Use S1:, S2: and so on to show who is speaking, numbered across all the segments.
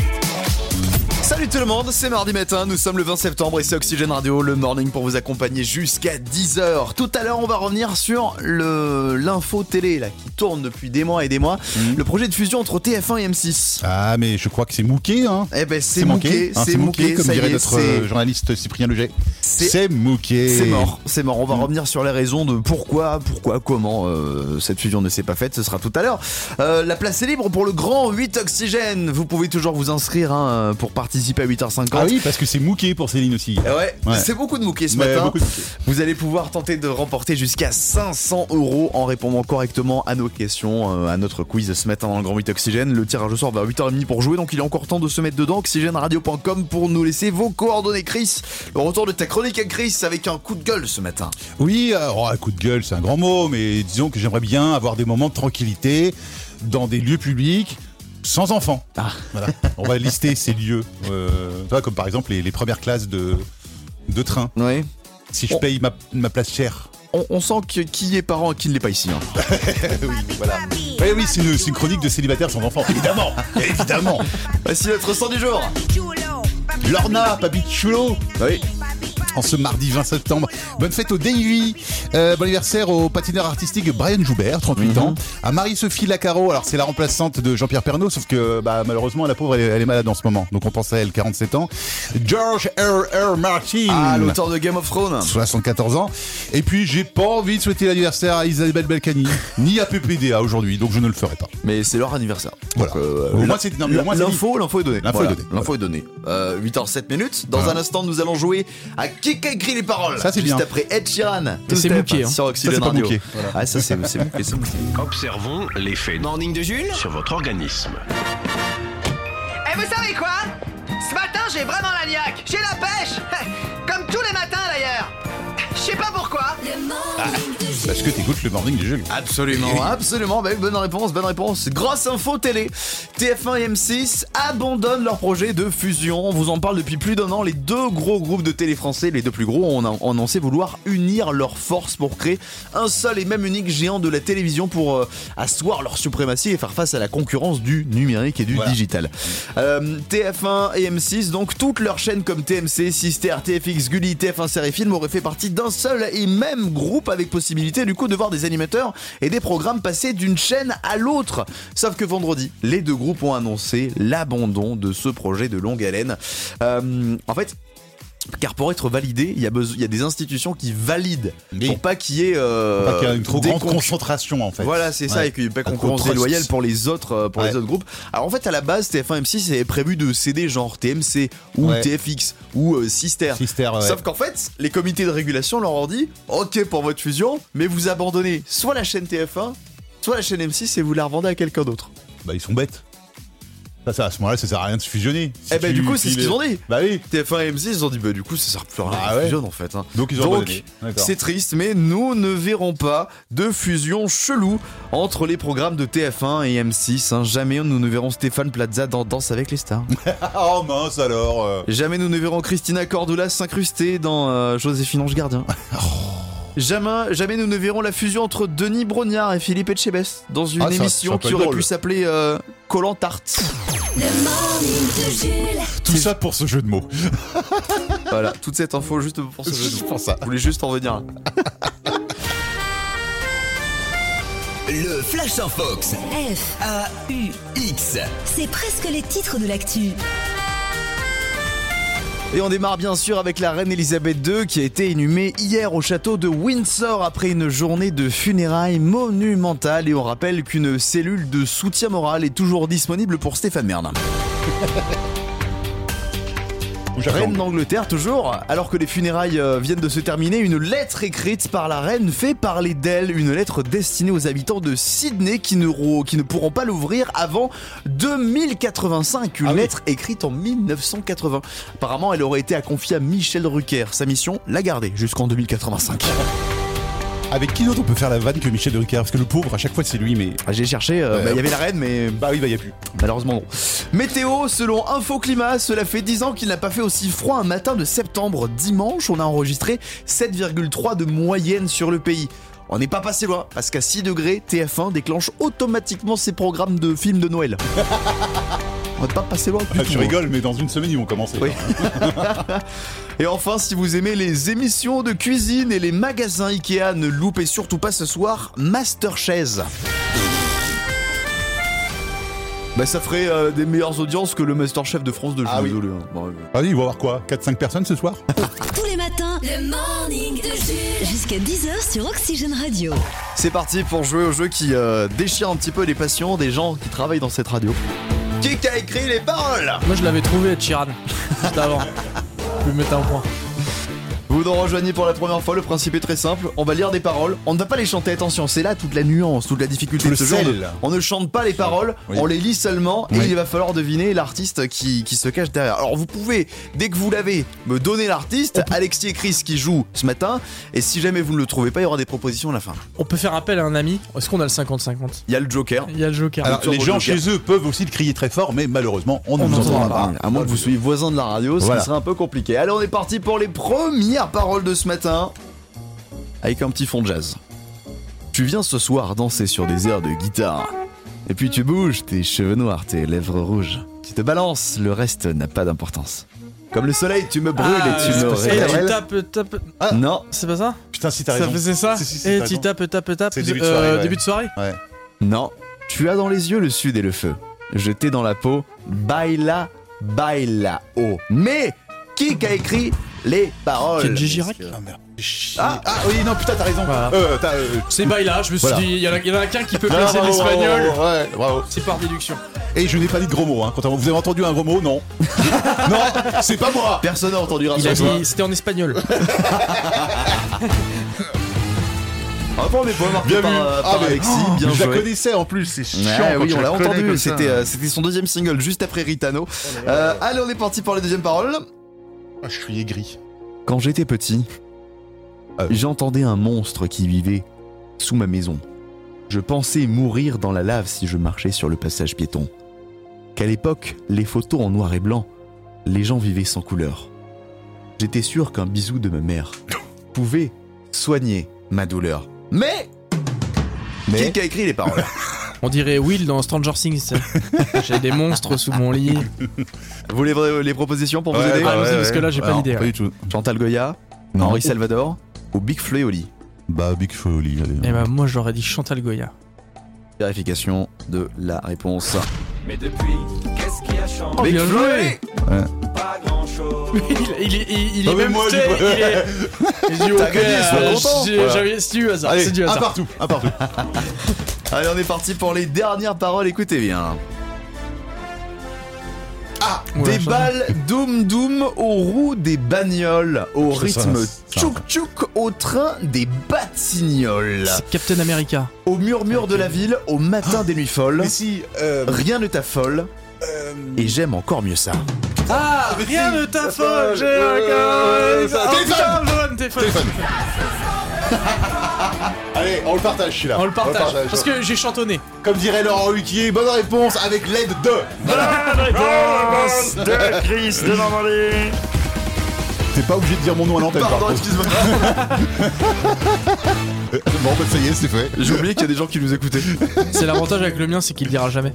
S1: Salut tout le monde, c'est mardi matin, nous sommes le 20 septembre et c'est Oxygène Radio, le morning pour vous accompagner jusqu'à 10h. Tout à l'heure, on va revenir sur le l'info télé là, qui tourne depuis des mois et des mois, mmh. le projet de fusion entre TF1 et M6.
S2: Ah mais je crois que c'est mouqué hein.
S1: Eh ben c'est mouqué, c'est mouqué,
S2: comme dirait notre euh, journaliste Cyprien Leger. C'est mouqué.
S1: C'est mort, c'est mort. On va mmh. revenir sur les raisons de pourquoi, pourquoi, comment euh, cette fusion ne s'est pas faite, ce sera tout à l'heure. Euh, la place est libre pour le grand 8 Oxygène. Vous pouvez toujours vous inscrire hein, pour participer à 8h50.
S2: Ah oui, parce que c'est mouqué pour Céline aussi.
S1: Eh Ouais, ouais. c'est beaucoup de mouquet Euh, ce Mais matin. Mouquet. Vous allez pouvoir tenter de remporter jusqu'à 500 euros en répondant correctement à nos questions, euh, à notre quiz ce matin dans le Grand 8 Oxygène. Le tirage au sort vers 8h30 pour jouer, donc il est encore temps de se mettre dedans. Oxygèneradio.com pour nous laisser vos coordonnées, Chris. Le retour de ta chronique à Chris avec un coup de gueule ce matin.
S2: Oui, oh, un coup de gueule, c'est un grand mot, mais disons que j'aimerais bien avoir des moments de tranquillité dans des lieux publics sans enfants. Ah. Voilà. On va lister ces lieux. Euh, comme par exemple les, les, premières classes de, de train.
S1: Oui.
S2: Si
S1: Oh.
S2: je paye ma, ma place chère.
S1: On, on, sent que qui est parent et qui ne l'est pas ici. Hein.
S2: oui, voilà. Oui, oui, c'est une, une, chronique de célibataire sans enfants, évidemment. évidemment.
S1: Voici notre sang du jour.
S2: Lorna, Papi Chulo.
S1: Oui
S2: en ce mardi 20 septembre. Bonne fête au DUI. Euh, bon anniversaire au patineur artistique Brian Joubert, 38 mm -hmm. ans. À Marie-Sophie Lacaro, alors c'est la remplaçante de Jean-Pierre Pernaud, sauf que bah, malheureusement la pauvre elle, elle, est malade en ce moment. Donc on pense à elle, 47 ans. George R. R. Martin.
S1: Ah, l'auteur de Game of Thrones.
S2: 74 ans. Et puis j'ai pas envie de souhaiter l'anniversaire à Isabelle Balkany, ni à PPDA aujourd'hui, donc je ne le ferai pas.
S1: Mais c'est leur anniversaire.
S2: Voilà. Euh, au moins c'est
S1: l'info, l'info est donnée.
S2: L'info
S1: voilà.
S2: est donnée.
S1: L'info voilà. est donnée. Euh, 8h07 minutes. Dans un instant, nous allons jouer à qui a écrit les paroles
S2: Ça c'est
S1: bien.
S2: Juste
S1: après Ed Sheeran.
S3: C'est mouqué. Hein.
S1: Sur Oxygen
S2: ça,
S1: Radio.
S2: Pas
S1: voilà. Ah ça c'est mouqué, c'est mouqué.
S4: Observons l'effet
S5: Morning de Jules
S4: sur votre organisme.
S5: Et Eh, vous savez quoi Ce matin j'ai vraiment la niaque. J'ai la pêche. Comme tous les matins d'ailleurs. Je sais pas pourquoi.
S2: Ah, parce que t'écoutes le morning du Jules.
S1: Absolument, oui. absolument. Bah, bonne réponse, bonne réponse. Grosse info télé. TF1 et M6 abandonnent leur projet de fusion. On vous en parle depuis plus d'un an. Les deux gros groupes de télé français, les deux plus gros, ont annoncé vouloir unir leurs forces pour créer un seul et même unique géant de la télévision pour euh, asseoir leur suprématie et faire face à la concurrence du numérique et du voilà. digital. Euh, TF1 et M6, donc toutes leurs chaînes comme TMC, Sister, TFX, Gulli, TF1 Série Film auraient fait partie d'un seul et même groupe avec possibilité du coup de voir des animateurs et des programmes passer d'une chaîne à l'autre. Sauf que vendredi, les deux groupes ont annoncé l'abandon de ce projet de longue haleine. Euh, en fait, car pour être validé, il y, a il y a des institutions qui valident oui. pour pas qu'il y ait
S2: euh, qu'il y ait une trop grande concentration en fait.
S1: Voilà, c'est ouais. ça et bah, qu'il n'y ait pas concurrence déloyale pour les autres euh, pour ouais. les autres groupes. Alors en fait à la base TF1 M6 avait prévu de céder genre TMC ou ouais. TFX ou euh, Sister.
S2: Sister
S1: Sauf qu'en fait, les comités de régulation leur ont dit "OK pour votre fusion, mais vous abandonnez soit la chaîne TF1, soit la chaîne M6 et vous la revendez à quelqu'un d'autre."
S2: Bah ils sont bêtes. Ça, ça, à ce moment-là, ça sert à rien de se fusionner.
S1: Si eh ben, du coup, c'est ce qu'ils ont dit.
S2: Bah oui.
S1: TF1 et M6, ils ont dit, bah, du coup, ça sert plus à rien
S2: ah
S1: de
S2: ouais.
S1: fusionner, en fait. Hein.
S2: Donc, ils ont
S1: Donc, c'est triste, mais nous ne verrons pas de fusion chelou entre les programmes de TF1 et M6. Hein. Jamais nous ne verrons Stéphane Plaza dans Danse avec les stars.
S2: oh mince, alors. Euh...
S1: Jamais nous ne verrons Christina Cordula s'incruster dans euh, Joséphine Ange Gardien.
S2: oh.
S1: Jamais, jamais nous ne verrons la fusion entre Denis Brognard et Philippe Etchebest dans une ah, émission ça, ça qui aurait drôle. pu s'appeler Collant euh, Tarte.
S2: Tout ça pour ce jeu de mots.
S1: voilà, toute cette info juste pour ce jeu de mots.
S2: Pour ça.
S1: Je voulais juste en venir.
S6: Le Flash en Fox.
S7: F
S6: A U X.
S7: C'est presque les titres de l'actu.
S1: Et on démarre bien sûr avec la reine Elisabeth II qui a été inhumée hier au château de Windsor après une journée de funérailles monumentale et on rappelle qu'une cellule de soutien moral est toujours disponible pour Stéphane Mern. Reine d'Angleterre toujours, alors que les funérailles euh, viennent de se terminer, une lettre écrite par la reine fait parler d'elle, une lettre destinée aux habitants de Sydney qui ne, qui ne pourront pas l'ouvrir avant 2085, une ah lettre oui. écrite en 1980. Apparemment, elle aurait été à confier à Michel Drucker. Sa mission, la garder jusqu'en 2085.
S2: Avec qui d'autre on peut faire la vanne que Michel Drucker Parce que le pauvre, à chaque fois, c'est lui, mais.
S1: Ah, J'ai cherché, il euh, euh, bah, y avait la reine, mais.
S2: Bah oui, bah y a plus.
S1: Malheureusement, non. Météo, selon Info Climat, cela fait 10 ans qu'il n'a pas fait aussi froid un matin de septembre. Dimanche, on a enregistré 7,3 de moyenne sur le pays. On n'est pas passé loin, parce qu'à 6 degrés, TF1 déclenche automatiquement ses programmes de films de Noël. On n'est pas passé loin. du
S2: Ah,
S1: tout,
S2: tu
S1: hein.
S2: rigoles, mais dans une semaine, ils vont commencer.
S1: Oui. Et enfin, si vous aimez les émissions de cuisine et les magasins Ikea, ne loupez surtout pas ce soir Master Chaise. Bah ça ferait euh, des meilleures audiences que le Master Chef de France de hein.
S2: Ah oui.
S1: euh.
S2: Vas-y, ils vont avoir quoi 4-5 personnes ce soir
S7: Tous les matins, le morning de Jules. Jusqu'à 10h sur Oxygène Radio.
S1: C'est parti pour jouer au jeu qui euh, déchire un petit peu les passions des gens qui travaillent dans cette radio. Qui a écrit les paroles
S3: Moi je l'avais trouvé, Chiran, juste avant. Je vais me mettre un point.
S1: Vous nous rejoignez pour la première fois, le principe est très simple, on va lire des paroles, on ne va pas les chanter, attention, c'est là toute la nuance, toute la difficulté
S2: Tout
S1: de
S2: le
S1: ce genre.
S2: sel.
S1: de- On ne chante pas les paroles,
S2: Oui.
S1: on les lit seulement et
S2: Oui.
S1: il va falloir deviner l'artiste qui, qui se cache derrière. Alors vous pouvez, dès que vous l'avez, me donner l'artiste, Alexis et Chris qui jouent ce matin, et si jamais vous ne le trouvez pas, il y aura des propositions à la fin.
S3: On peut faire appel à un ami. Est-ce qu'on a le 50-50
S1: Il y a le Joker.
S3: Il y a le Joker.
S2: Alors,
S1: tour
S2: les
S1: au
S2: gens
S1: Joker.
S2: chez eux peuvent aussi le crier très fort, mais malheureusement, on ne
S3: On
S2: vous
S3: n'entendra
S2: entendra
S1: Ah,
S2: pas.
S1: à moins que vous soyez voisin de la radio, ce
S2: Voilà.
S1: qui serait un peu compliqué. Allez, on est parti pour les premières paroles de ce matin. Avec un petit fond de jazz. Tu viens ce soir danser sur des airs de guitare. Et puis tu bouges tes cheveux noirs, tes lèvres rouges. Tu te balances, le reste n'a pas d'importance. Comme le soleil, tu me brûles et tu
S3: Ah, c'est
S1: me
S3: pas ça. Et tu
S1: révèles.
S3: tapes, tapes.
S1: Non,
S3: C'est pas ça
S2: Putain, si t'as
S3: Ça
S2: raison.
S3: faisait ça
S2: Si, si, si,
S3: Et
S2: t'as
S3: tu
S2: raison.
S3: tapes, tapes, tapes. Euh,
S2: C'est début de soirée, ouais.
S3: Début de soirée
S2: Ouais.
S1: non. Tu as dans les yeux le sud et le feu. Jeté dans la peau, baila, baila, oh. Mais qui a écrit les paroles
S3: Kenji Girac
S2: Ah, merde.
S1: Ah, ah oui, non, putain, t'as raison.
S3: Voilà.
S2: Euh, t'as. euh,
S3: C'est Baila, je me suis
S2: Voilà.
S3: dit, il y en a, il y en a qu'un qui peut
S2: bravo,
S3: placer
S2: bravo,
S3: l'espagnol.
S2: bravo, Ouais, bravo.
S3: C'est par déduction.
S2: Et je n'ai pas dit de gros mots, hein. Contrairement, vous avez entendu un gros mot Non. non, c'est pas moi.
S1: Personne n'a entendu
S3: Il a
S1: rassure
S3: dit, c'était en espagnol.
S1: On va prendre des points marqués
S2: Bien
S1: par,
S2: vu.
S1: euh,
S3: Ah,
S1: par
S2: mais-
S1: Alexis,
S2: oh,
S1: bien
S2: je la
S1: joué.
S2: connaissais en plus, c'est chiant.
S1: Ouais,
S2: quand
S1: oui,
S2: tu
S1: on
S2: la
S1: l'a
S2: connais
S1: entendu,
S2: comme ça.
S1: c'était euh, c'était son deuxième single juste après
S2: Oh,
S1: Ritano. Euh, allez, on est parti pour la deuxième parole.
S2: Ah, Je suis aigri.
S1: Quand j'étais petit,
S2: Euh.
S1: j'entendais un monstre qui vivait sous ma maison. Je pensais mourir dans la lave si je marchais sur le passage piéton. Qu'à l'époque, les photos en noir et blanc, les gens vivaient sans couleur. J'étais sûr qu'un bisou de ma mère pouvait soigner ma douleur. Mais,
S2: Mais-
S1: qui a écrit les paroles
S3: On dirait Will dans Stranger Things. tu sais. J'ai des monstres sous mon lit.
S1: Vous voulez euh, les propositions pour vous
S2: Ouais,
S1: aider
S2: bah,
S3: Ah,
S2: ouais,
S3: parce
S2: ouais.
S3: que là, j'ai pas
S2: Alors,
S3: l'idée,
S2: Pas
S3: ouais.
S2: du tout.
S1: Chantal Goya,
S2: Non.
S1: Henri Salvador ou Big Flo et Oli.
S2: Bah, Big Folly, allez.
S3: Et bah, moi, j'aurais dit Chantal Goya.
S1: Vérification de la réponse.
S8: Mais depuis, qu'est-ce qui a changé
S3: Oh,
S1: Big
S3: bien
S1: Flo et Oli.
S3: joué
S8: Pas grand-chose.
S3: Il, il, est- il, il
S2: Ah,
S3: est
S2: mais
S3: même
S2: moi,
S3: tu sais,
S2: du coup.
S3: il est- J'ai dit, ok,
S2: gagné, sois
S3: euh,
S2: content.
S3: j'ai-
S2: Voilà.
S3: j'avais- c'est du hasard,
S2: Allez,
S3: c'est du
S2: un
S3: hasard.
S2: partout, un partout.
S1: Allez, on est parti pour les dernières paroles. Écoutez bien. Ah,
S3: Oula,
S1: des
S3: ça-
S1: balles doum doum aux roues des bagnoles, au
S2: Ça, ça,
S1: rythme
S2: ça, ça.
S1: tchouk tchouk au train des batignolles,
S3: C'est Captain America.
S1: au murmure de la ville, au matin des nuits folles.
S2: Ah. Mais si, euh,
S1: Rien ne t'affole
S2: euh,
S1: et j'aime encore mieux ça.
S3: Ah, rien ne
S2: folle,
S3: t'affole, j'ai
S2: euh, ça,
S3: un
S2: téléphone.
S3: téléphone, téléphone.
S2: Allez, on le partage celui-là.
S3: On le partage, parce que j'ai chantonné.
S2: Comme dirait Laurent Huquier, bonne réponse avec l'aide de.
S1: de Chris de Normandie.
S2: T'es pas obligé de dire mon nom à l'antenne. par
S1: Pardon,
S2: contre.
S1: excuse-moi.
S2: Bon, bah ça y est, c'est fait.
S1: J'ai oublié qu'il y a des gens qui nous écoutaient.
S3: C'est l'avantage avec le mien, c'est qu'il dira jamais.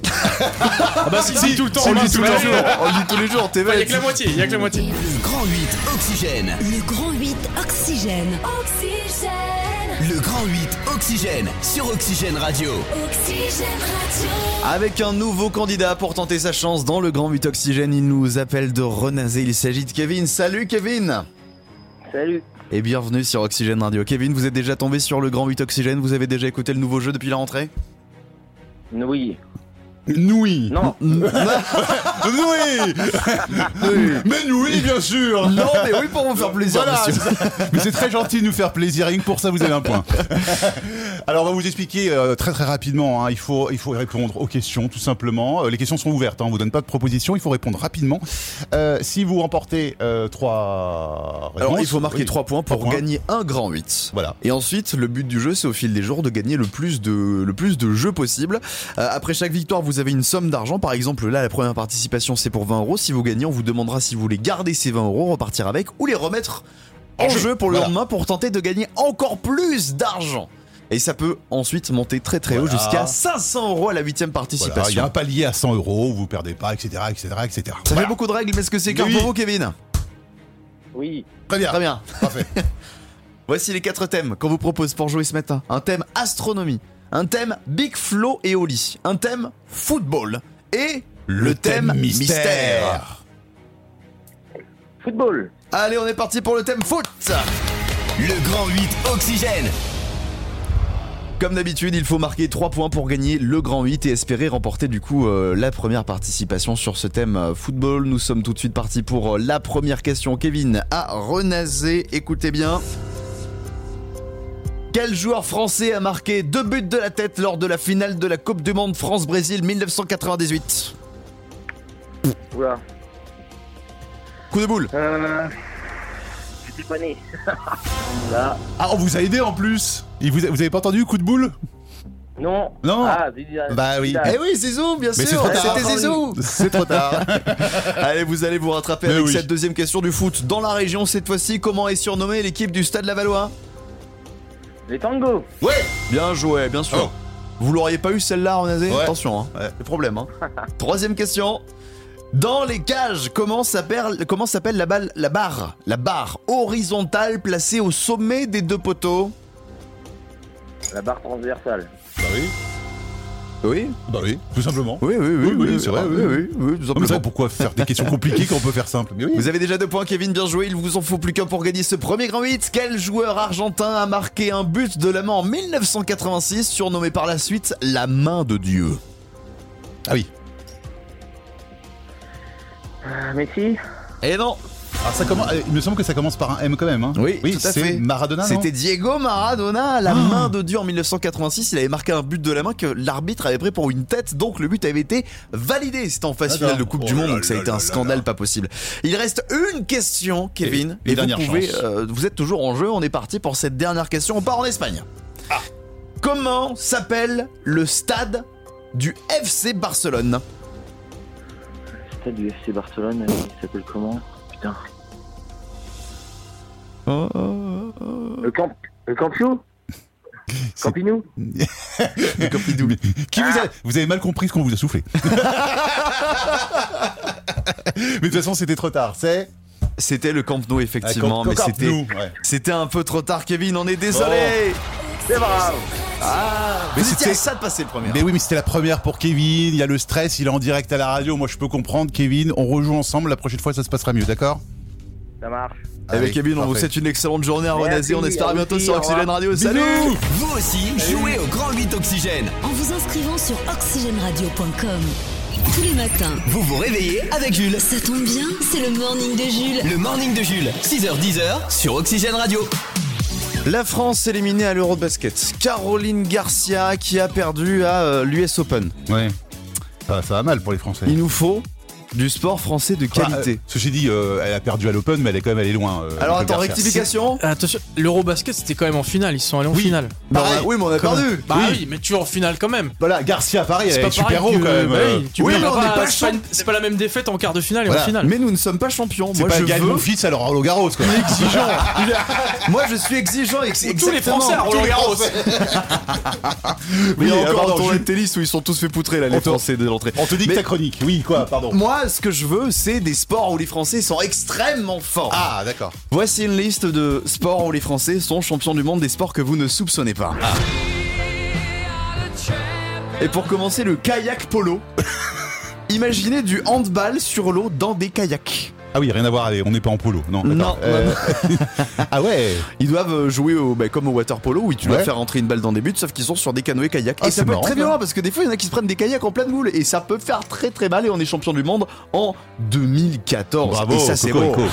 S3: Ah bah si, si, tout le temps,
S1: On
S3: là,
S1: lit
S3: c'est
S1: tous les
S3: vrai.
S1: jours. On lit tous les jours. t'es
S3: Enfin,
S1: bête.
S3: Y'a que la moitié, y'a que la moitié.
S6: Le Grand 8 Oxygène.
S7: Le grand 8 Oxygène. Oxygène.
S6: Le Grand 8 Oxygène sur Oxygène Radio.
S7: Oxygène Radio.
S1: Avec un nouveau candidat pour tenter sa chance dans le Grand 8 Oxygène, il nous appelle de Renazé, il s'agit de Kevin. Salut Kevin
S9: Salut.
S1: Et bienvenue sur Oxygène Radio. Kevin, vous êtes déjà tombé sur le Grand 8 Oxygène, vous avez déjà écouté le nouveau jeu depuis la rentrée
S9: Oui.
S2: Noui.
S9: Non.
S2: Noui Mais Noui, bien sûr
S1: Non mais oui pour vous faire plaisir
S2: Voilà,
S1: monsieur.
S2: c'est ça. Mais c'est très gentil de nous faire plaisir, rien que pour ça vous avez un point. Alors on va vous expliquer euh, très très rapidement, hein. il, faut, il faut répondre aux questions tout simplement. Euh, les questions sont ouvertes, hein. on vous donne pas de propositions, il faut répondre rapidement. Euh, si vous remportez 3 réponses...
S1: Alors il faut marquer
S2: oui.
S1: 3 points pour
S2: Trois points.
S1: gagner un Grand 8.
S2: Voilà.
S1: Et ensuite, le but du jeu, c'est au fil des jours de gagner le plus de, le plus de jeux possible. Euh, après chaque victoire, vous avez une somme d'argent. Par exemple, là, la première participation, c'est pour 20 euros. Si vous gagnez, on vous demandera si vous voulez garder ces 20 euros, repartir avec ou les remettre en jeu pour le
S2: Voilà.
S1: lendemain pour tenter de gagner encore plus d'argent. Et ça peut ensuite monter très très haut
S2: Voilà.
S1: jusqu'à 500 euros à la huitième
S2: Voilà, Il
S1: participation.
S2: y a un palier à 100 euros, vous perdez pas, etc. etc., etc.
S1: Ça
S2: Voilà.
S1: fait beaucoup de règles, mais est-ce que c'est clair
S2: Oui.
S1: pour vous, Kevin
S9: oui,
S2: Très bien,
S1: Très bien.
S2: parfait.
S1: Voici les quatre thèmes qu'on vous propose pour jouer ce matin. Un thème astronomie, un thème Big Flow et Oli, un thème football et le thème mystère.
S9: football.
S1: Allez, on est parti pour le thème foot
S6: Le Grand 8 Oxygène.
S1: Comme d'habitude, il faut marquer 3 points pour gagner le grand 8 et espérer remporter du coup euh, la première participation sur ce thème euh, football. Nous sommes tout de suite partis pour euh, la première question. Kevin a renasé, écoutez bien. Quel joueur français a marqué deux buts de la tête lors de la finale de la Coupe du Monde France-Brésil 1998
S9: Oula.
S1: Coup de boule.
S9: Euh... J'étais pas né. Là.
S2: Ah, on vous a aidé en plus Il vous, a- vous avez pas entendu coup de boule
S9: Non.
S2: Non.
S9: Ah, Zidane.
S2: Bah oui.
S9: Zidane.
S1: Eh oui, Zizou, bien
S2: Mais c'est
S1: sûr,
S2: trop tard.
S1: c'était Zizou.
S2: C'est trop tard.
S1: Allez, vous allez vous rattraper
S2: Mais
S1: avec
S2: oui.
S1: cette deuxième question du foot. Dans la région, cette fois-ci, comment est surnommée l'équipe du Stade Lavallois
S9: Les tangos.
S1: Bien joué, bien sûr.
S2: Oh.
S1: Vous l'auriez pas eu celle-là, Renazé
S2: Ouais.
S1: Attention, hein.
S2: Ouais.
S1: le problème. hein. Troisième question. Dans les cages, comment s'appelle comment s'appelle la balle la barre la barre horizontale placée au sommet des deux poteaux
S9: La barre transversale.
S2: bah oui,
S1: Oui
S2: bah oui, tout simplement.
S1: oui oui oui
S2: Oui, oui, c'est vrai,
S1: Ah,
S2: oui.
S1: oui, oui, tout
S2: Non, mais c'est
S1: simplement.
S2: vrai, pourquoi faire des questions compliquées quand on peut faire simple Mais oui.
S1: Vous avez déjà deux points, Kevin, bien joué. Il vous en faut plus qu'un pour gagner ce premier grand 8. Quel joueur argentin a marqué un but de la main en 1986, surnommé par la suite la main de Dieu
S2: Ah oui.
S9: Ah, Messi.
S1: Et non,
S2: Alors, ça commence, euh, il me semble que ça commence par un M quand même. Hein.
S1: Oui,
S2: oui
S1: tout à
S2: c'est
S1: fait.
S2: Maradona. non Ah.
S1: C'était Diego Maradona, la main de Dieu en 1986. Il avait marqué un but de la main que l'arbitre avait pris pour une tête, donc le but avait été validé. C'était en phase
S2: D'accord.
S1: finale de Coupe du
S2: Oh
S1: Monde,
S2: là
S1: donc ça a
S2: là
S1: été
S2: là
S1: un
S2: là
S1: scandale
S2: là.
S1: pas possible. Il reste une question, Kevin,
S2: une
S1: et, vous
S2: dernière
S1: pouvez,
S2: chance.
S1: euh, vous êtes toujours en jeu. On est parti pour cette dernière question. On part en Espagne.
S2: Ah.
S1: Comment s'appelle le stade du FC Barcelone
S9: Stade du FC Barcelone. euh, Il s'appelle comment Putain. Le camp. Le Campiou. Campinou.
S2: Mais Qui vous, a- vous avez mal compris ce qu'on vous a soufflé. mais de toute façon, c'était trop tard. Ah, C'est
S1: C'était le Camp Nou, effectivement,
S2: Ah,
S1: mais
S2: Camp- Camp
S1: c'était
S2: Nou, ouais. Oh.
S1: c'était un peu trop tard, Kevin. On est désolé.
S6: Oh.
S9: C'est brave.
S1: Mais
S2: Vous étiez
S1: c'était ça de passer le premier.
S2: Mais oui, mais c'était la première pour Kevin. Il y a le stress, il est en direct à la radio. Moi, je peux comprendre, Kevin. On rejoue ensemble. La prochaine fois, ça se passera mieux, d'accord
S9: Ça marche.
S1: Avec
S2: Allez,
S1: Eh ben, Kevin, on vous
S2: parfait.
S1: souhaite une excellente journée à Renazi. On
S9: Merci,
S1: espère à
S9: à vous
S1: bientôt
S9: aussi,
S1: sur
S9: au
S1: Oxygène
S9: revoir.
S1: Radio. Salut
S6: Vous aussi, jouez au Grand 8 Oxygène.
S7: En vous inscrivant sur oxygèneradio.com. Tous les matins,
S6: Vous vous réveillez avec Jules.
S7: ça tombe bien, c'est le morning de Jules.
S6: Le morning de Jules, 6h10 sur Oxygène Radio.
S1: La France éliminée à l'Eurobasket. Caroline Garcia qui a perdu à l'US Open.
S2: Ouais. Bah, Ça, ça va mal pour les Français.
S1: Il nous faut du sport français de
S2: Enfin,
S1: qualité.
S2: euh, ceci dit, euh, elle a perdu à l'Open, mais elle est quand même allée loin. euh,
S1: Alors
S2: Nicole
S1: attends,
S2: Garcia.
S1: rectification
S3: Attention, l'Eurobasket c'était quand même en finale, ils sont allés en finale.
S1: Bah,
S2: pareil.
S1: Oui, mais on a
S3: Quand
S1: perdu
S3: même. Bah oui. mais tu es en finale quand même.
S2: Voilà, Garcia, pareil, elle est super haut
S3: pareil
S2: quand
S3: que-
S2: même.
S3: bah
S2: euh,
S3: oui, tu
S1: oui,
S3: perds
S1: mais on n'est pas
S3: c'est, pas une- c'est pas la même défaite en quart de finale et
S2: Voilà.
S3: en finale.
S1: Mais nous ne sommes pas champions.
S2: C'est
S1: Moi,
S2: pas
S1: je
S2: Gaël
S1: veux...
S2: mon fils, alors Roland Garros, quoi.
S1: exigeant. Moi, je suis exigeant. ex-
S3: Tous les
S1: exactement.
S3: Français à Roland Garros.
S1: Oui,
S2: Oui,
S1: il y a
S2: alors,
S1: encore un tournoi
S2: je-
S1: de tennis où ils sont tous fait poutrer là, les
S2: On te-
S1: Français de l'entrée.
S2: On te dit que
S1: Mais-
S2: ta chronique. Oui, quoi, pardon.
S1: Moi, ce que je veux, c'est des sports où les Français sont extrêmement forts.
S2: Ah, d'accord.
S1: Voici une liste de sports où les Français sont champions du monde des sports que vous ne soupçonnez pas. Ah. Et pour commencer, le kayak polo. Imaginez du handball sur l'eau dans des kayaks.
S2: Ah oui, rien à voir, allez, on n'est pas en polo. Non,
S1: Non,
S2: d'accord. Euh, ah ouais
S1: Ils doivent jouer au, bah, comme au water polo où tu dois
S2: Ouais.
S1: faire rentrer une balle dans des buts, sauf qu'ils sont sur des canoës kayaks.
S2: Ah,
S1: et ça
S2: c'est
S1: peut
S2: marrant,
S1: être très
S2: ça.
S1: violent parce que des fois il y en a qui se prennent des kayaks en pleine boule et ça peut faire très très mal. Et on est champion du monde en 2014.
S2: Bravo,
S1: et ça c'est beau.
S2: Cocorico.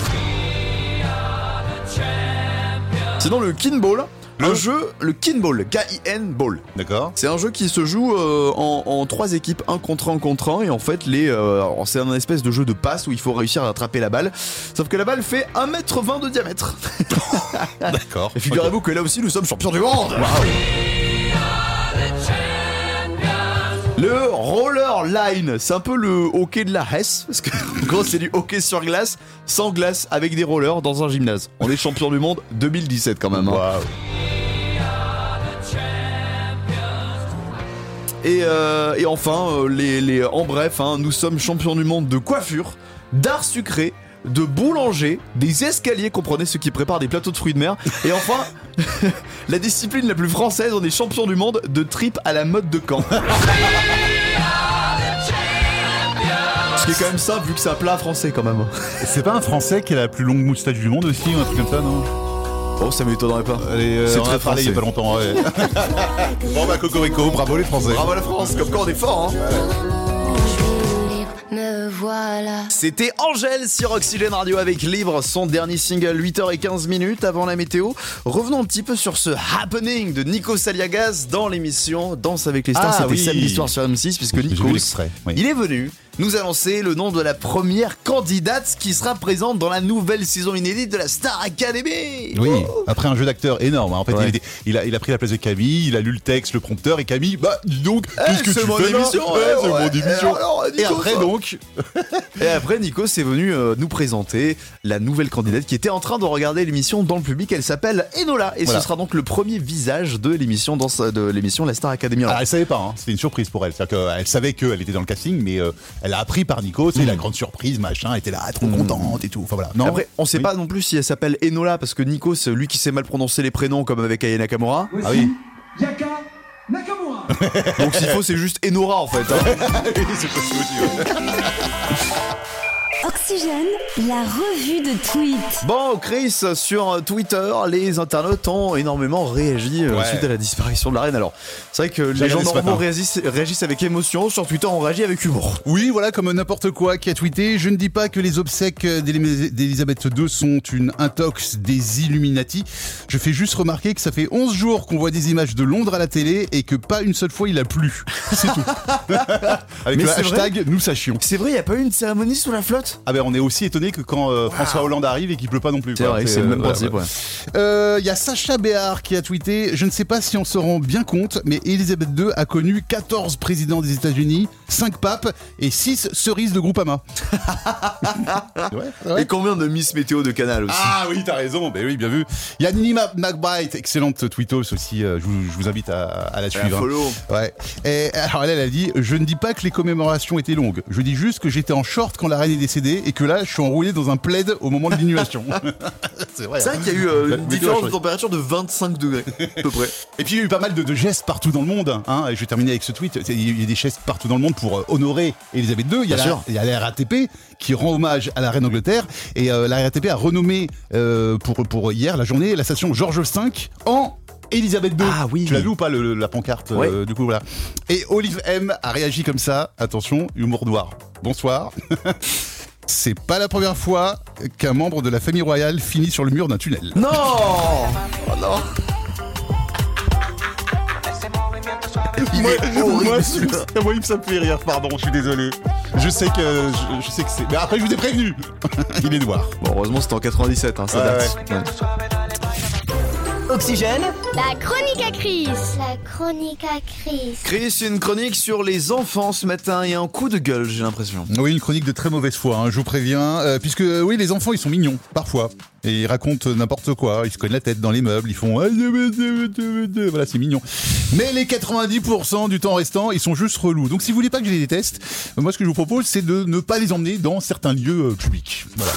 S1: Sinon le kinball,
S2: Le-
S1: un jeu, le kinball, K-I-N ball.
S2: D'accord.
S1: C'est un jeu qui se joue euh, en, en trois équipes, un contre un contre un, et en fait les, euh, alors, c'est un espèce de jeu de passe où il faut réussir à attraper la balle. Sauf que la balle fait 1m20 de diamètre.
S2: D'accord.
S1: Ah. Et figurez-vous que là aussi nous sommes champions du monde Le roller line, c'est un peu le hockey de la Hesse, parce que en gros c'est du hockey sur glace, sans glace, avec des rollers dans un gymnase. On est champion du monde 2017 quand même. hein.
S2: Waouh.
S1: Et, euh, et enfin, euh, les, les- en bref, hein, nous sommes champions du monde de coiffure, d'art sucré, de boulanger, des escaliers, comprenez ceux qui préparent des plateaux de fruits de mer. Et enfin, la discipline la plus française, on est champion du monde de trip à la mode de Caen. Ce qui est quand même simple vu que c'est un plat français quand même.
S2: C'est pas un Français qui a la plus longue moustache du monde aussi, ou un truc comme ça, non
S1: Oh, ça m'étonnerait pas.
S2: Allez, euh,
S1: C'est
S2: on en a
S1: très
S2: parlé il y a
S1: français.
S2: pas longtemps. ouais. bon bah Cocorico, bravo les Français.
S1: Bravo à la France, comme quoi on est fort, hein.
S10: Me voilà.
S1: C'était Angèle sur Oxygène Radio avec Libre, son dernier single 8h15 minutes avant la météo. Revenons un petit peu sur ce happening de Nico Saliagas dans l'émission Danse avec les stars.
S2: Ah
S1: C'était
S2: oui.
S1: samedi soir sur M6 puisque
S2: J'ai
S1: Nico,
S2: vu l'extrait, oui.
S1: il est venu nous annoncer le nom de la première candidate qui sera présente dans la nouvelle saison inédite de la Star Academy. Eh,
S2: Oui, après un jeu d'acteur énorme. hein. En fait,
S1: Ouais.
S2: il, était- il a, il a pris la place de Camille, il a lu le texte, le prompteur, et Camille, bah dis donc,
S1: Eh,
S2: qu'est-ce que tu
S1: mon
S2: fais là
S1: émission,
S2: Eh,
S1: eh,
S2: C'est
S1: ouais.
S2: mon émission.
S1: Eh, alors, Nico,
S2: Et après
S1: ça-
S2: donc,
S1: Et après, Nico s'est venu euh, nous présenter la nouvelle candidate qui était en train de regarder l'émission dans le public. Elle s'appelle Enola et
S2: Voilà.
S1: ce sera donc le premier visage de l'émission dans sa- de l'émission La Star Academy. Alors,
S2: Alors, elle savait pas, hein. c'était une surprise pour elle. C'est-à-dire qu'elle savait qu'elle était dans le casting, mais euh, elle a appris par Nico,
S1: Mm.
S2: c'est la grande surprise, machin, elle était là, trop contente et tout. Enfin voilà. Non.
S1: Après, on sait
S2: Oui.
S1: pas non plus si elle s'appelle Enola parce que Nico, c'est lui qui sait mal prononcer les prénoms comme avec Ayana Nakamura.
S2: Ah oui.
S8: Yaka Nakamura
S1: Donc s'il faut, c'est juste Enora en fait. hein.
S7: Oxygène, la revue de tweets.
S1: Bon, Chris, sur euh, Twitter, les internautes ont énormément réagi euh,
S2: Ouais.
S1: suite à la disparition de la reine. Alors, c'est vrai que les gens
S2: regardé ce
S1: normaux
S2: matin.
S1: réagissent, réagissent avec émotion. Sur Twitter, on réagit avec humour.
S2: Oui, voilà, comme n'importe quoi qui a tweeté. Je ne dis pas que les obsèques d'Élé- d'Élisabeth II sont une intox des Illuminati. Je fais juste remarquer que ça fait 11 jours qu'on voit des images de Londres à la télé et que pas une seule fois il a plu. C'est tout. Avec
S1: Mais
S2: le
S1: c'est vrai
S2: hashtag nous sachions.
S1: C'est vrai, il a pas eu une cérémonie sous la flotte
S2: Ah ben on est aussi étonné que quand euh, François Hollande arrive et qu'il pleut pas non plus.
S1: Ah. C'est
S2: quoi.
S1: vrai, c'est le
S2: euh,
S1: même
S2: voilà,
S1: principe.
S2: ouais.
S1: ouais.
S2: Euh, Il y a Sacha Béard qui a tweeté Je ne sais pas si on se rend bien compte, mais Elisabeth II a connu 14 présidents des États-Unis, 5 papes et 6 cerises de Groupama. ouais,
S1: Et combien de Miss Météo de Canal aussi
S2: Ah oui, t'as raison, ben oui, bien vu. Il y a Nini Ma- McBride, excellente tweetos aussi, euh, je, vous, je vous invite à, à la suivre. hein.
S1: follow.
S2: Ouais. Et alors elle, elle a dit Je ne dis pas que les commémorations étaient longues, je dis juste que j'étais en short quand la reine est décédée et que là, je suis enroulé dans un plaid au moment de l'inhumation. C'est vrai.
S1: C'est
S2: hein.
S1: vrai qu'il y a eu euh,
S2: La
S1: une
S2: météo a
S1: différence de
S2: changé.
S1: température de 25 degrés, à peu près.
S2: Et puis il y a eu pas mal de, de gestes partout dans le monde. Hein. Et je vais terminer avec ce tweet. C'est- Il y a eu des gestes partout dans le monde pour euh, honorer Elisabeth II. Il y,
S1: Bien
S2: a la,
S1: sûr.
S2: il y a la RATP qui rend hommage à la reine d'Angleterre. Et euh, la RATP a renommé euh, pour, pour hier la journée la station Georges V en Elisabeth II.
S1: Ah oui.
S2: Tu l'as vu ou pas le- le- la pancarte euh,
S1: Ouais.
S2: Du coup voilà. Et Olive M a réagi comme ça. Attention, humour noir. Bonsoir. C'est pas la première fois qu'un membre de la famille royale finit sur le mur d'un tunnel.
S1: Non Oh non Il est horrible,
S2: Moi,
S1: celui-là.
S2: je- moi, ça me fait rire, pardon, je suis désolé. Je sais que, je, je sais que c'est. Mais après, je vous ai prévenu. Il est noir.
S1: Bon, heureusement, c'était en 97, hein, ça
S2: Ouais,
S1: date. Ouais.
S6: Oxygène,
S10: La chronique à crise. La chronique à crise.
S1: Chris, une chronique sur les enfants ce matin et un coup de gueule, j'ai l'impression.
S2: Oui, une chronique de très mauvaise foi, hein, je vous préviens. Euh, puisque, oui, les enfants, ils sont mignons, parfois. Et ils racontent n'importe quoi. Ils se cognent la tête dans les meubles. Ils font. ah, Voilà, c'est mignon. Mais les 90% du temps restant, ils sont juste relous. Donc, si vous voulez pas que je les déteste, moi, ce que je vous propose, c'est de ne pas les emmener dans certains lieux euh, publics. Voilà.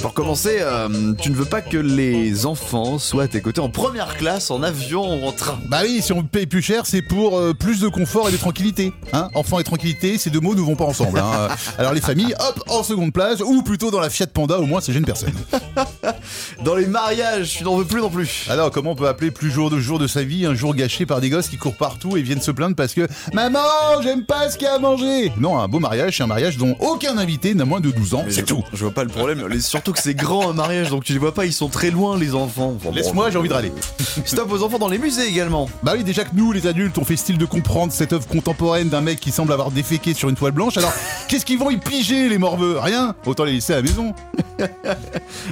S1: Pour commencer, euh, tu ne veux pas que les enfants soient à tes côtés en première classe, en avion ou en train.
S2: Bah oui, si on paye plus cher, c'est pour euh, plus de confort et de tranquillité. Hein Enfant et tranquillité, ces deux mots ne vont pas ensemble. hein. Alors les familles, hop, en seconde place, ou plutôt dans la Fiat Panda, au moins ça gêne personne.
S1: Dans les mariages, tu n'en veux plus non plus.
S2: Alors comment on peut appeler plus jour de jour de sa vie un jour gâché par des gosses qui courent partout et viennent se plaindre parce que Maman, j'aime pas ce qu'il y a à manger Non, un beau mariage, c'est un mariage dont aucun invité n'a moins de 12 ans,
S1: Mais
S2: c'est
S1: je-
S2: tout.
S1: Je vois pas le problème. Les- Surtout que c'est grand un mariage, donc tu les vois pas, ils sont très loin les enfants. Enfin, bon,
S2: Laisse-moi, j'ai envie de râler.
S1: Stop aux enfants dans les musées également.
S2: Bah oui, déjà que nous, les adultes, on fait style de comprendre cette œuvre contemporaine d'un mec qui semble avoir déféqué sur une toile blanche. Alors, qu'est-ce qu'ils vont y piger, les morveux Rien Autant les laisser à la maison.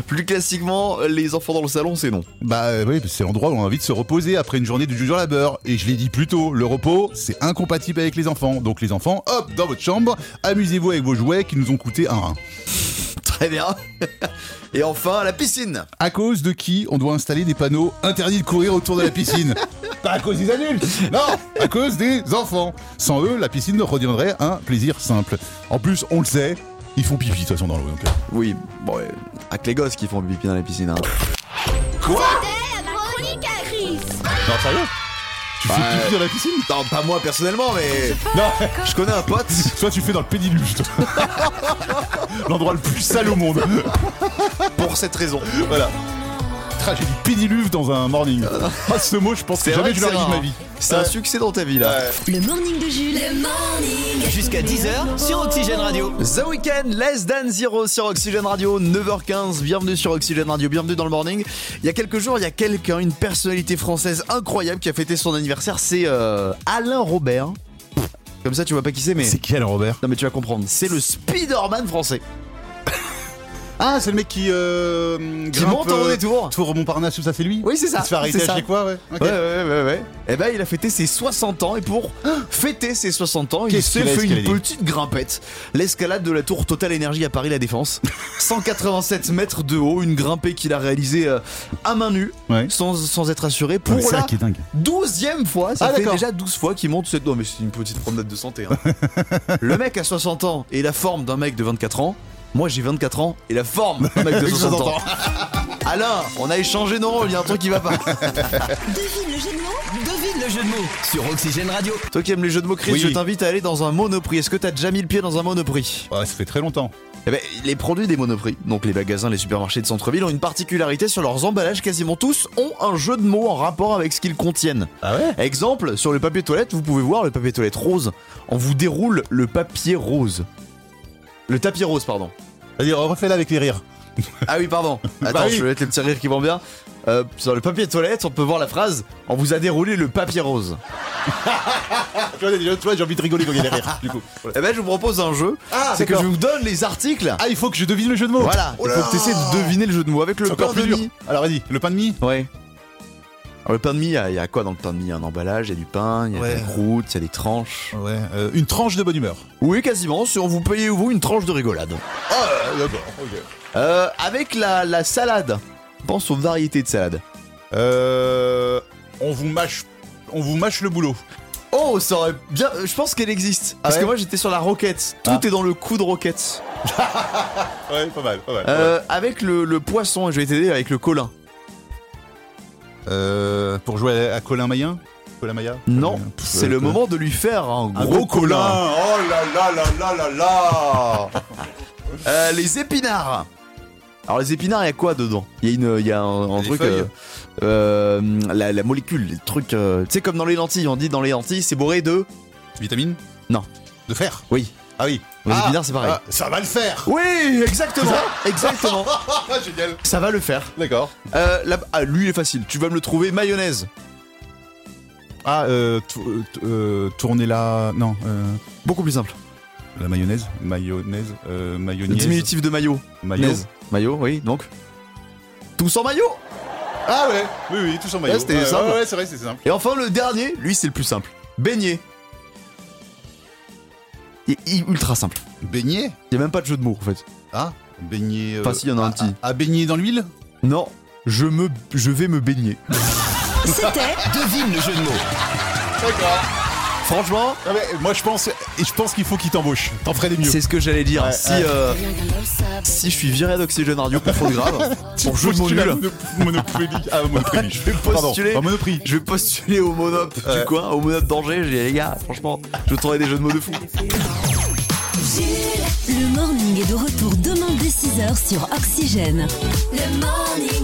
S1: Plus classiquement, les enfants dans le salon, c'est non.
S2: Bah euh, oui, c'est l'endroit où on a envie de se reposer après une journée de dur labeur. Et je l'ai dit plus tôt, le repos, c'est incompatible avec les enfants. Donc les enfants, hop, dans votre chambre, amusez-vous avec vos jouets qui nous ont coûté un rein.
S1: Très bien. Et enfin, la piscine.
S2: À cause de qui on doit installer des panneaux interdits de courir autour de la piscine Pas à cause des adultes Non À cause des enfants Sans eux, la piscine redeviendrait un plaisir simple. En plus, on le sait, ils font pipi de toute façon dans l'eau. donc, euh.
S1: Oui, bon, euh, avec les gosses qui font pipi dans la piscine. hein.
S10: C'était la chronique à Chris.
S2: Non, sérieux Tu fais
S1: Ouais.
S2: pipi dans la piscine
S1: Non, pas moi personnellement, mais
S2: Bah, Non
S1: je connais un pote.
S2: Soit tu fais dans le pédiluge, toi. L'endroit le plus sale au monde.
S1: Pour cette raison.
S2: Voilà. Tragédie pédiluve dans un morning. Ah, ce mot, je pense que
S1: Euh. C'est vrai
S2: jamais
S1: que
S2: je l'aurais
S1: c'est
S2: dit de ma
S1: rare.
S2: vie.
S1: C'est un succès dans ta vie là.
S7: Le morning de Jules. Le morning.
S6: Jusqu'à 10h sur Oxygène Radio.
S1: The Weekend, Less Than Zero sur Oxygène Radio, 9h15, bienvenue sur Oxygène Radio, bienvenue dans le morning. Il y a quelques jours, il y a quelqu'un, une personnalité française incroyable qui a fêté son anniversaire, c'est euh, Alain Robert. Comme ça, tu vois pas qui c'est, mais.
S2: C'est qui alors, Robert
S1: Non, mais tu vas comprendre, c'est le Spider-Man français.
S2: Ah, c'est le mec qui. Euh,
S1: Qui
S2: grimpe,
S1: monte en haut des tours.
S2: Tour Montparnasse, tout ça, c'est lui
S1: Oui, c'est ça,
S2: Il se fait arrêter
S1: c'est
S2: à
S1: ça.
S2: chez quoi, ouais. Ok.
S1: Ouais, ouais, ouais, ouais. Et ben, il a fêté ses 60 ans, et pour fêter ses 60 ans, il
S2: Qu'est-ce
S1: s'est
S2: qu'il a
S1: fait une
S2: escaladé
S1: petite grimpette. L'escalade de la tour Total Énergie à Paris La Défense. 187 mètres de haut, une grimpée qu'il a réalisée euh, à main nue,
S2: Ouais.
S1: sans, sans être assuré,
S2: Ah,
S1: pour
S2: c'est
S1: la
S2: ça qui est dingue.
S1: 12ème fois. Ça
S2: Ah,
S1: fait
S2: d'accord.
S1: déjà 12 fois qu'il monte cette. Non, mais c'est une petite promenade de santé. hein. Le mec a 60 ans et la forme d'un mec de 24 ans. Moi j'ai 24 ans et la forme d'un mec de 60 ans. Alain, on a échangé non, il y a un truc qui va pas.
S7: Devine le jeu de mots.
S6: Devine le jeu de mots sur Oxygène Radio.
S1: Toi qui aimes les jeux de mots, Chris,
S2: Oui.
S1: je t'invite à aller dans un monoprix. Est-ce que t'as déjà mis le pied dans un monoprix
S2: Ouais, ça fait très longtemps.
S1: Eh ben, les produits des monoprix, donc les magasins, les supermarchés de centre-ville, ont une particularité sur leurs emballages. Quasiment tous ont un jeu de mots en rapport avec ce qu'ils contiennent.
S2: Ah ouais
S1: Exemple, sur le papier toilette, vous pouvez voir le papier toilette rose. On vous déroule le papier rose. Le tapis rose, pardon.
S2: Vas-y, refais-la avec les rires.
S1: Ah oui, pardon. Attends,
S2: Bah oui.
S1: je vais mettre les petits rires qui vont bien. Euh, sur le papier toilette, on peut voir la phrase On vous a déroulé le papier rose.
S2: Tu vois, déjà, tu vois, j'ai envie de rigoler quand il y a des rires, du coup. Voilà.
S1: Eh ben, je vous propose un jeu.
S2: Ah,
S1: c'est que je
S2: d'accord.
S1: vous donne les articles.
S2: Ah, il faut que je devine le jeu de mots
S1: Voilà,
S2: Oh
S1: il
S2: là
S1: faut que tu essaies de deviner le jeu de mots avec le
S2: C'est Oh encore
S1: pain de
S2: plus dur.
S1: mie.
S2: Alors, vas-y, le pain de mie
S1: Ouais. Alors, le pain de mie, il y, a- il y a quoi dans le pain de mie Il y a un emballage, il y a du pain, il y a
S2: Ouais.
S1: des croûtes, il y a des tranches.
S2: Ouais, euh, une tranche de bonne humeur.
S1: Oui, quasiment, si on vous payait vous une tranche de rigolade.
S2: Ah, d'accord, ok.
S1: Euh, avec la, la salade, pense aux variétés de salade.
S2: Euh, on vous mâche, on vous mâche le boulot.
S1: Oh, ça aurait bien. euh, Je pense qu'elle existe. Parce
S2: Ah
S1: que
S2: ouais
S1: moi j'étais sur la roquette. Tout
S2: Ah.
S1: est dans le coup de roquette.
S2: Ouais, pas mal, pas mal.
S1: Euh, Avec le, le poisson, je vais t'aider avec le colin.
S2: Euh, pour jouer à, à Colin Mayen Colin Maya
S1: Non,
S2: Colin- Pff,
S1: c'est
S2: euh,
S1: le
S2: Colin.
S1: moment de lui faire un
S2: Un
S1: gros, colin.
S2: Oh là là là là là là
S1: Euh, les épinards. Alors les épinards, il y a quoi dedans Il y a une, il y a un, un
S2: Des
S1: truc,
S2: feuilles.
S1: euh, euh, la, la molécule, le truc. euh, tu sais comme dans les lentilles, on dit dans les lentilles, c'est bourré de.
S2: Vitamine
S1: Non.
S2: De fer
S1: Oui.
S2: Ah oui.
S1: Les
S2: Ah,
S1: épinards, c'est pareil.
S2: ah, ça va le faire
S1: Oui, exactement, exactement.
S2: Ah, Génial
S1: Ça va le faire.
S2: D'accord.
S1: Euh, la- ah, lui, il est facile. Tu vas me le trouver. Mayonnaise.
S2: Ah, euh, tou- euh, t- euh, tourner la... Non, euh,
S1: Beaucoup plus simple.
S2: la mayonnaise Mayonnaise euh,
S1: Le
S2: Mayonnaise
S1: diminutif de maillot.
S2: Mayonnaise.
S1: Maillot, oui, donc. Tout sans maillot.
S2: Ah ouais Oui, oui, tout en maillot.
S1: Ouais, c'était simple.
S2: Ouais, ouais, c'est vrai, c'est simple.
S1: Et enfin, le dernier, lui, c'est le plus simple. Beignet. Il est i- ultra simple.
S2: Beignet
S1: Il y a même pas de jeu de mots en fait.
S2: Ah Beignet... euh,
S1: Enfin, si, il y en a un
S2: à-
S1: petit.
S2: À, à baigner dans l'huile
S1: Non, je me, je vais me baigner.
S7: C'était
S6: Devine le jeu de mots.
S1: Franchement,
S2: Ah ouais, moi je pense, et je pense qu'il faut qu'il t'embauche. T'en ferais des mieux.
S1: c'est ce que j'allais dire. si, euh,
S10: Si
S1: si je suis viré d'Oxygène Radio pour faute grave, pour jeu de mots
S2: Postule à
S1: nul,
S2: Mono- Monoprix. Ah, Monoprix.
S1: je vais
S2: Pardon,
S1: postuler.
S2: pas Monoprix.
S1: Je vais postuler au Monop du
S2: Ouais.
S1: coin, au Monop d'Angers. J'ai dit, les gars, franchement, je vais trouver des jeux de mots de fou.
S7: Jules. Le morning est de retour demain dès 6h sur Oxygène. Le morning